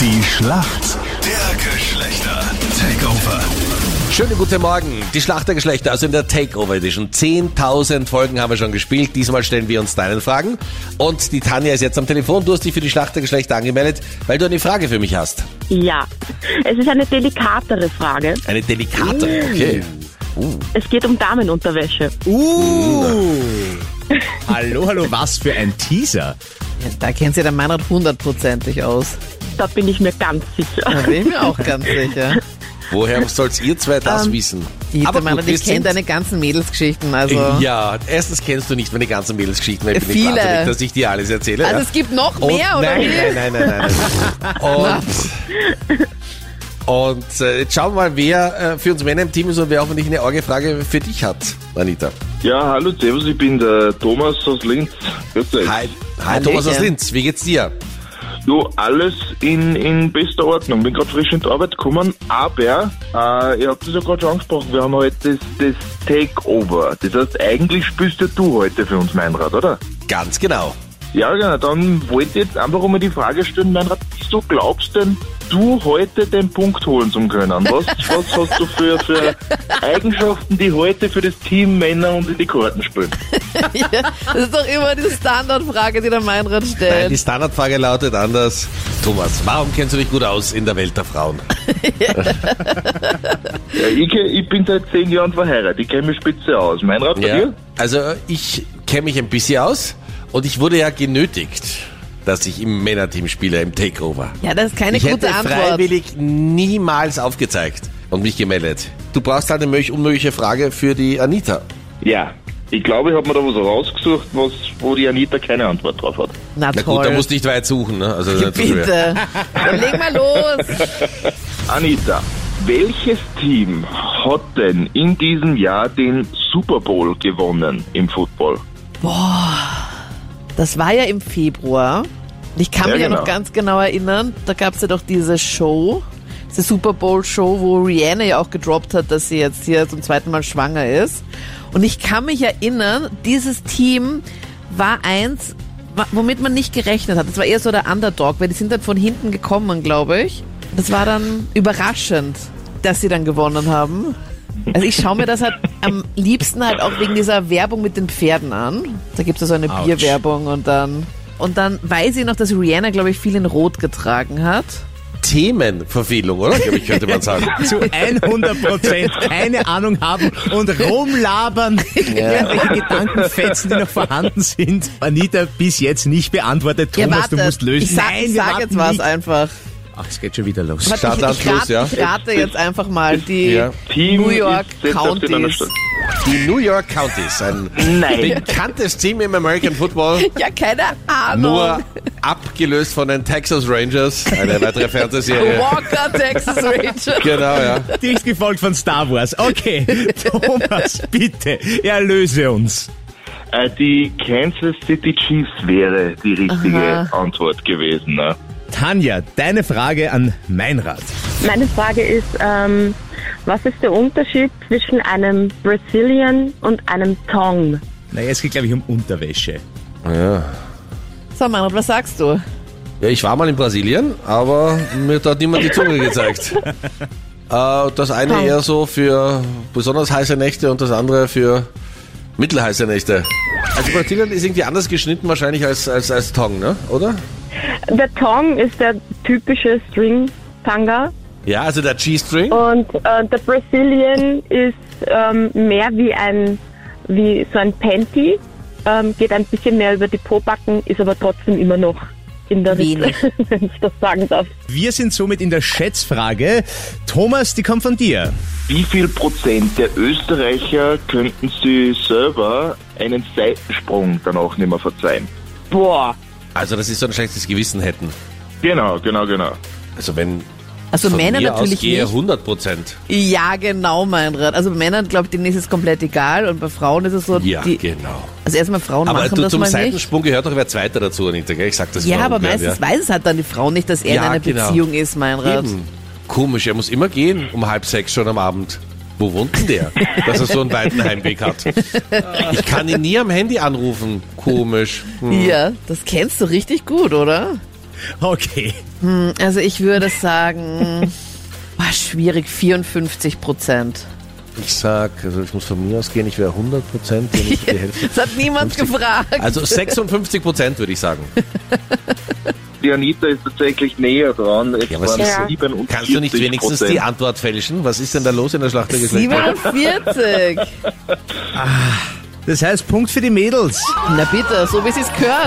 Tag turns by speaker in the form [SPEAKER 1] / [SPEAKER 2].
[SPEAKER 1] Die Schlacht der Geschlechter. Takeover.
[SPEAKER 2] Schönen guten Morgen. Die Schlacht der Geschlechter, also in der Takeover Edition. 10.000 Folgen haben wir schon gespielt. Diesmal stellen wir uns deinen Fragen. Und die Tanja ist jetzt am Telefon. Du hast dich für die Schlacht der Geschlechter angemeldet, weil du eine Frage für mich hast.
[SPEAKER 3] Ja, es ist eine delikatere Frage.
[SPEAKER 2] Eine delikate.
[SPEAKER 4] Uh.
[SPEAKER 2] Okay.
[SPEAKER 3] Es geht um Damenunterwäsche.
[SPEAKER 5] Uh. hallo, hallo, was für ein Teaser.
[SPEAKER 4] Ja, Da kennt sich der Meinrad hundertprozentig aus.
[SPEAKER 3] Da bin ich mir ganz sicher.
[SPEAKER 4] Da bin ich mir auch ganz sicher.
[SPEAKER 2] Woher sollt ihr zwei das
[SPEAKER 4] Ähm,
[SPEAKER 2] wissen?
[SPEAKER 4] Ich, der
[SPEAKER 2] Aber gut,
[SPEAKER 4] Meinrad,
[SPEAKER 2] wir
[SPEAKER 4] ich kenne
[SPEAKER 2] sind-
[SPEAKER 4] deine ganzen Mädelsgeschichten. Also.
[SPEAKER 2] Ja, erstens kennst du nicht meine ganzen Mädelsgeschichten, weil ich bin
[SPEAKER 4] Viele.
[SPEAKER 2] nicht wahnsinnig, dass ich dir alles erzähle.
[SPEAKER 4] Also
[SPEAKER 2] ja.
[SPEAKER 4] es gibt noch
[SPEAKER 2] Und
[SPEAKER 4] mehr, oder
[SPEAKER 2] nein,
[SPEAKER 4] wie?
[SPEAKER 2] nein, nein, nein, nein, nein. Und, und äh, jetzt schauen wir mal, wer äh, für uns Männer im Team ist und wer hoffentlich eine Orgefrage für dich hat, Anita.
[SPEAKER 6] Ja, hallo, servus, ich bin der Thomas aus Linz. Grüß euch.
[SPEAKER 2] Hi, Hi Thomas aus
[SPEAKER 4] Hallöchen.
[SPEAKER 2] Linz, wie geht's dir?
[SPEAKER 6] Du, alles in, in bester Ordnung. Bin gerade frisch in die Arbeit gekommen, aber äh, ihr habt es ja gerade schon angesprochen, wir haben heute das, das Takeover. Das heißt, eigentlich spielst ja du heute für uns Meinrad, oder?
[SPEAKER 2] Ganz genau.
[SPEAKER 6] Ja, genau. Dann wollte ich jetzt einfach mal die Frage stellen, Meinrad, wieso glaubst denn du heute den Punkt holen zu können? Was, was hast du für, für Eigenschaften, die heute für das Team Männer und in die Karten spielen?
[SPEAKER 4] Ja, das ist doch immer die Standardfrage, die der
[SPEAKER 2] Nein,
[SPEAKER 4] Meinrad
[SPEAKER 2] Äh, die
[SPEAKER 4] stellt.
[SPEAKER 2] Standardfrage lautet anders. Thomas, warum kennst du dich gut aus in der Welt der Frauen?
[SPEAKER 6] Ja, ich, ke- ich bin seit zehn Jahren verheiratet. Ich kenne mich spitze aus. Mein Rat bei dir?
[SPEAKER 2] Also ich kenne mich ein bisschen aus und ich wurde ja genötigt, dass ich im Männerteam spiele, im Takeover.
[SPEAKER 4] ja, das ist keine
[SPEAKER 2] ich
[SPEAKER 4] gute
[SPEAKER 2] hätte
[SPEAKER 4] Antwort.
[SPEAKER 2] freiwillig niemals aufgezeigt und mich gemeldet. Du brauchst halt eine möglich unmögliche Frage für die Anita.
[SPEAKER 6] Ja. Ich glaube, ich habe mir da was rausgesucht, was, wo die Anita keine Antwort drauf hat.
[SPEAKER 4] Na
[SPEAKER 2] Na gut, da
[SPEAKER 4] toll.
[SPEAKER 2] musst du nicht weit suchen. Ne? Also das ist nicht so schwer.
[SPEAKER 4] Bitte. Dann leg mal los.
[SPEAKER 6] Anita, welches Team hat denn in diesem Jahr den Super Bowl gewonnen im Football?
[SPEAKER 4] Das war ja im Februar. Ich kann
[SPEAKER 6] Ja,
[SPEAKER 4] mich ja noch
[SPEAKER 6] genau.
[SPEAKER 4] ganz genau erinnern, da gab es ja doch diese Show, diese Super Bowl-Show, wo Rihanna ja auch gedroppt hat, dass sie jetzt hier zum zweiten Mal schwanger ist. Und ich kann mich erinnern, dieses Team war eins, wa- womit man nicht gerechnet hat. Das war eher so der Underdog, weil die sind dann von hinten gekommen, glaube ich. Das war dann überraschend, dass sie dann gewonnen haben. Also ich schaue mir das halt am liebsten halt auch wegen dieser Werbung mit den Pferden an. Da gibt es so eine
[SPEAKER 5] Autsch.
[SPEAKER 4] Bierwerbung und dann und dann weiß ich noch, dass Rihanna, glaube ich, viel in Rot getragen hat.
[SPEAKER 2] Themenverfehlung, oder? Glaube ich, könnte man sagen.
[SPEAKER 5] Zu 100% keine Ahnung haben und rumlabern, irgendwelche Gedankenfetzen, die noch vorhanden sind. Anita, bis jetzt nicht beantwortet.
[SPEAKER 4] Ihr
[SPEAKER 5] Thomas, du
[SPEAKER 4] wartet.
[SPEAKER 5] musst lösen.
[SPEAKER 4] Ich sag,
[SPEAKER 5] Nein,
[SPEAKER 4] ich
[SPEAKER 5] wir
[SPEAKER 4] sag
[SPEAKER 5] warten
[SPEAKER 4] jetzt was
[SPEAKER 5] nicht.
[SPEAKER 4] einfach.
[SPEAKER 5] Ach, es geht schon wieder los.
[SPEAKER 4] Warte,
[SPEAKER 2] Start am
[SPEAKER 4] ich, ich,
[SPEAKER 2] Schluss,
[SPEAKER 4] rate,
[SPEAKER 2] ja.
[SPEAKER 4] ich rate jetzt einfach mal die
[SPEAKER 2] Ja.
[SPEAKER 6] Team
[SPEAKER 4] New York
[SPEAKER 6] ist jetzt auf den
[SPEAKER 4] Counties.
[SPEAKER 6] anderen Stand.
[SPEAKER 2] Die New York Counties, ein
[SPEAKER 6] Nein.
[SPEAKER 2] bekanntes Team im American Football.
[SPEAKER 4] Ja, keine Ahnung.
[SPEAKER 2] Nur abgelöst von den Texas Rangers, eine weitere Fernsehserie.
[SPEAKER 4] Walker, Texas Rangers.
[SPEAKER 2] Genau, ja.
[SPEAKER 5] Dicht gefolgt von Star Wars. Okay, Thomas, bitte, erlöse uns.
[SPEAKER 6] Äh, die Kansas City Chiefs wäre die richtige Antwort gewesen. Ne?
[SPEAKER 5] Tanja, deine Frage an Meinrad.
[SPEAKER 3] Meine Frage ist, ähm, was ist der Unterschied zwischen einem Brazilian und einem Tong?
[SPEAKER 5] Naja, es geht, glaube ich, um Unterwäsche.
[SPEAKER 4] So, Manfred, was sagst du?
[SPEAKER 2] Ja, ich war mal in Brasilien, aber mir hat dort niemand die Zunge gezeigt. Äh, Das eine eher so für besonders heiße Nächte und das andere für mittelheiße Nächte. Also Brasilien ist irgendwie anders geschnitten wahrscheinlich als, als, als Tong, ne? oder?
[SPEAKER 3] Der Tong ist der typische String-Tanga
[SPEAKER 2] Ja, also der G-String.
[SPEAKER 3] und äh, der Brazilian ist ähm, mehr wie ein wie so ein Panty, ähm, geht ein bisschen mehr über die Pobacken, ist aber trotzdem immer noch in der Mitte,
[SPEAKER 4] Wenig.
[SPEAKER 3] wenn ich das sagen darf.
[SPEAKER 5] Wir sind somit in der Schätzfrage. Thomas, die kommt von dir.
[SPEAKER 6] Wie viel Prozent der Österreicher könnten sie selber einen Seitensprung danach nicht mehr verzeihen?
[SPEAKER 3] Boah.
[SPEAKER 2] Also dass sie so ein schlechtes Gewissen hätten.
[SPEAKER 6] Genau, genau, genau.
[SPEAKER 2] Also wenn
[SPEAKER 4] Also
[SPEAKER 2] von
[SPEAKER 4] Männer
[SPEAKER 2] mir
[SPEAKER 4] natürlich
[SPEAKER 2] aus gehe,
[SPEAKER 4] nicht.
[SPEAKER 2] 100 Prozent.
[SPEAKER 4] Ja, genau, Meinrad. Also bei Männern, glaube ich, denen ist es komplett egal und bei Frauen ist es so,
[SPEAKER 2] Ja,
[SPEAKER 4] die,
[SPEAKER 2] genau.
[SPEAKER 4] also erstmal Frauen
[SPEAKER 2] Aber
[SPEAKER 4] machen
[SPEAKER 2] du,
[SPEAKER 4] das
[SPEAKER 2] zum
[SPEAKER 4] mal nicht.
[SPEAKER 2] Seitensprung gehört doch wer Zweiter dazu, Anita, gell? Ich sag das
[SPEAKER 4] Ja,
[SPEAKER 2] mal
[SPEAKER 4] aber
[SPEAKER 2] ungern,
[SPEAKER 4] meistens
[SPEAKER 2] ja.
[SPEAKER 4] weiß es halt dann die Frau nicht, dass er
[SPEAKER 2] Ja,
[SPEAKER 4] in einer
[SPEAKER 2] genau.
[SPEAKER 4] Beziehung ist, Meinrad.
[SPEAKER 2] Eben. Komisch, er muss immer gehen um halb sechs schon am Abend. Wo wohnt denn der, dass er so einen weiten Heimweg hat? Ich kann
[SPEAKER 4] Mhm.
[SPEAKER 2] ihn nie am Handy anrufen. Komisch. Hm.
[SPEAKER 4] Ja, das kennst du richtig gut, oder?
[SPEAKER 5] Okay.
[SPEAKER 4] Also ich würde sagen, war schwierig, 54 Prozent.
[SPEAKER 2] Ich sag, also ich muss von mir ausgehen, ich wäre 100 Prozent, die Hälfte.
[SPEAKER 4] Das hat niemand
[SPEAKER 2] 50.
[SPEAKER 4] gefragt.
[SPEAKER 2] Also 56 Prozent würde ich sagen.
[SPEAKER 6] Die Anita ist tatsächlich näher dran. Es
[SPEAKER 2] Ja, was
[SPEAKER 6] waren
[SPEAKER 3] ist- Ja.
[SPEAKER 6] 47
[SPEAKER 2] Kannst du nicht wenigstens die Antwort fälschen? Was ist denn da los in der Schlacht der Geschlechter?
[SPEAKER 4] 47.
[SPEAKER 5] Das heißt, Punkt für die Mädels.
[SPEAKER 4] Na bitte, so wie sie es gehört.